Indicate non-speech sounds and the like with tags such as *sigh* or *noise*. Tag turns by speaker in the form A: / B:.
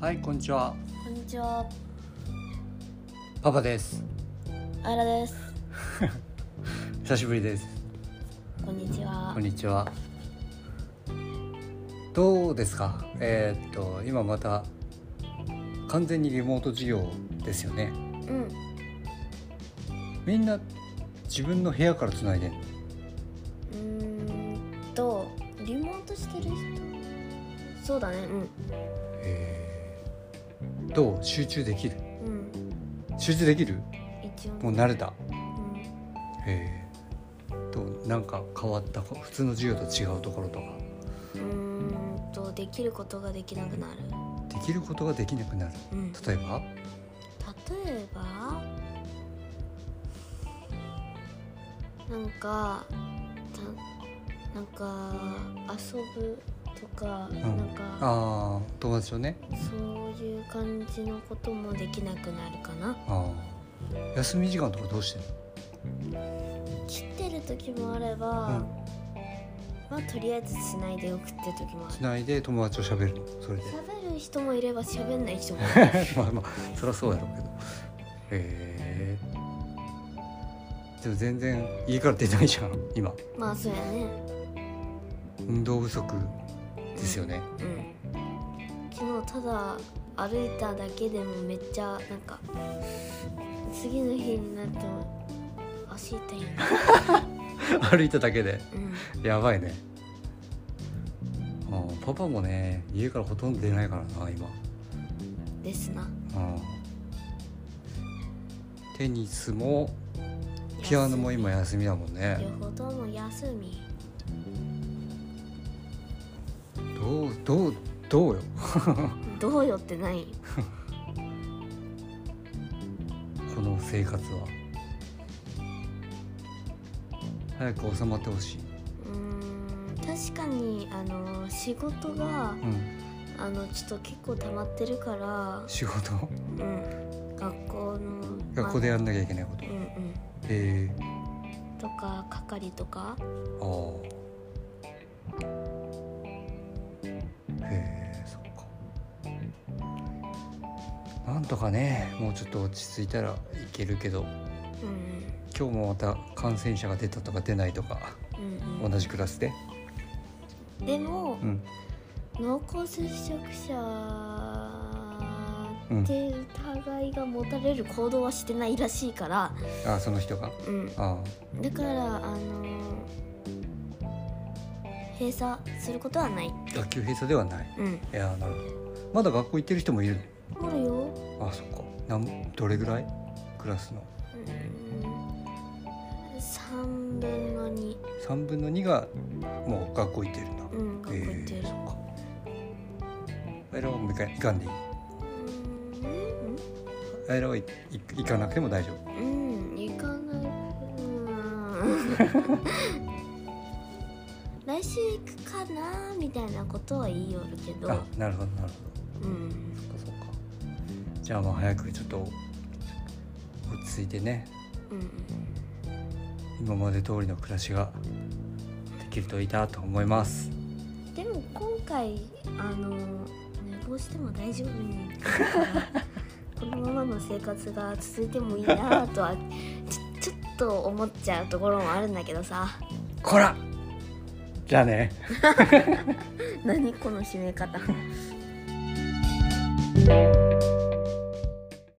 A: はい、こんにちは。
B: こんにちは、
A: パパです。
B: あらです。
A: 久しぶりです。
B: こんにちは
A: こん。にちは。どうですか。えーっと、今また。完全にリモート授業ですよね。
B: うん、
A: みんな。自分の部屋から繋いでんの。
B: うーんと、リモートしてる人。そうだね、
A: えーどう、集中できる。
B: うん、うん、
A: 集中できる。
B: 一応。
A: もう慣れた。
B: うん
A: えーどう、なんか変わった、普通の授業と違うところとか。
B: うーんと、できることができなくなる。
A: できることができなくなる。
B: うん、例
A: 例えば。
B: えば。なんか、たなんか、遊ぶとか、
A: ん
B: なんか、
A: ああ、友達とね。
B: そういう感じのこともできなくなるかな。
A: ああ休み時間とかどうしてる
B: 切ってる時もあれば、まあとりあえずつないでおくって時もあ
A: つ
B: る
A: ないで友達と喋るのそれで
B: 喋る人もいれば喋んな
A: *laughs*
B: い人もいる
A: まあまあそりゃそうやろうけどへえでも全然家から出ないじゃん今
B: まあそうやね
A: 運動不足ですよね *laughs*
B: うん昨日ただ歩いただけでもめっちゃなんか次の日になっても足痛い
A: *laughs*
B: な
A: 歩いただけで
B: うん
A: やばいねああパパもね家からほとんど出ないからな今
B: ですな
A: ああテニスもピアノも今休みだもんね
B: 両方とも休み
A: どうどうどうよ
B: どうよってない
A: この生活は早く収まってほしい、
B: うーん確かにあの仕事が
A: うん、
B: あのちょっと結構溜まってるから
A: 仕事
B: うん、学校の
A: 学校でやんなきゃいけないこと
B: まあうんうん
A: えー、
B: とか係とか
A: ああへえそっかなんとかねもうちょっと落ち着いたらいけるけど
B: うん
A: 今日もまた感染者が出たとか出ないとか
B: うんうん
A: 同じクラスで
B: うんでも
A: うん
B: 濃厚接触者って疑いが持たれる行動はしてないらしいから、
A: ああその人が
B: うん、
A: あ
B: だからあの閉鎖することはない
A: あ学級閉鎖ではない
B: うん
A: いやーなるほどまだ学校行ってる人もいるの
B: おるよ
A: あそっかなんどれぐらいクラスの
B: うん3分の2
A: 3分の2がもう学校行ってるんだ
B: うん学校行ってる、
A: えあいらはもう行か行かんでいい
B: うんうん
A: あいらはいい行かなくても大丈夫
B: うん、行かない。うーん来週行くかなみたいなことは言いよるけど。
A: あなるほどなる
B: うん、
A: ほどそっかそっかじゃあまあ早くちょっと落ち着いてね
B: うん、
A: 今まで通りの暮らしができるといいなと思います
B: でも今回、あの、寝坊しても大丈夫に。からこのままの生活が続いてもいいなとは、ちょ、ちょ *laughs* っと思っちゃうところもあるんだけどさ。
A: こらじゃあね
B: 何この締め方。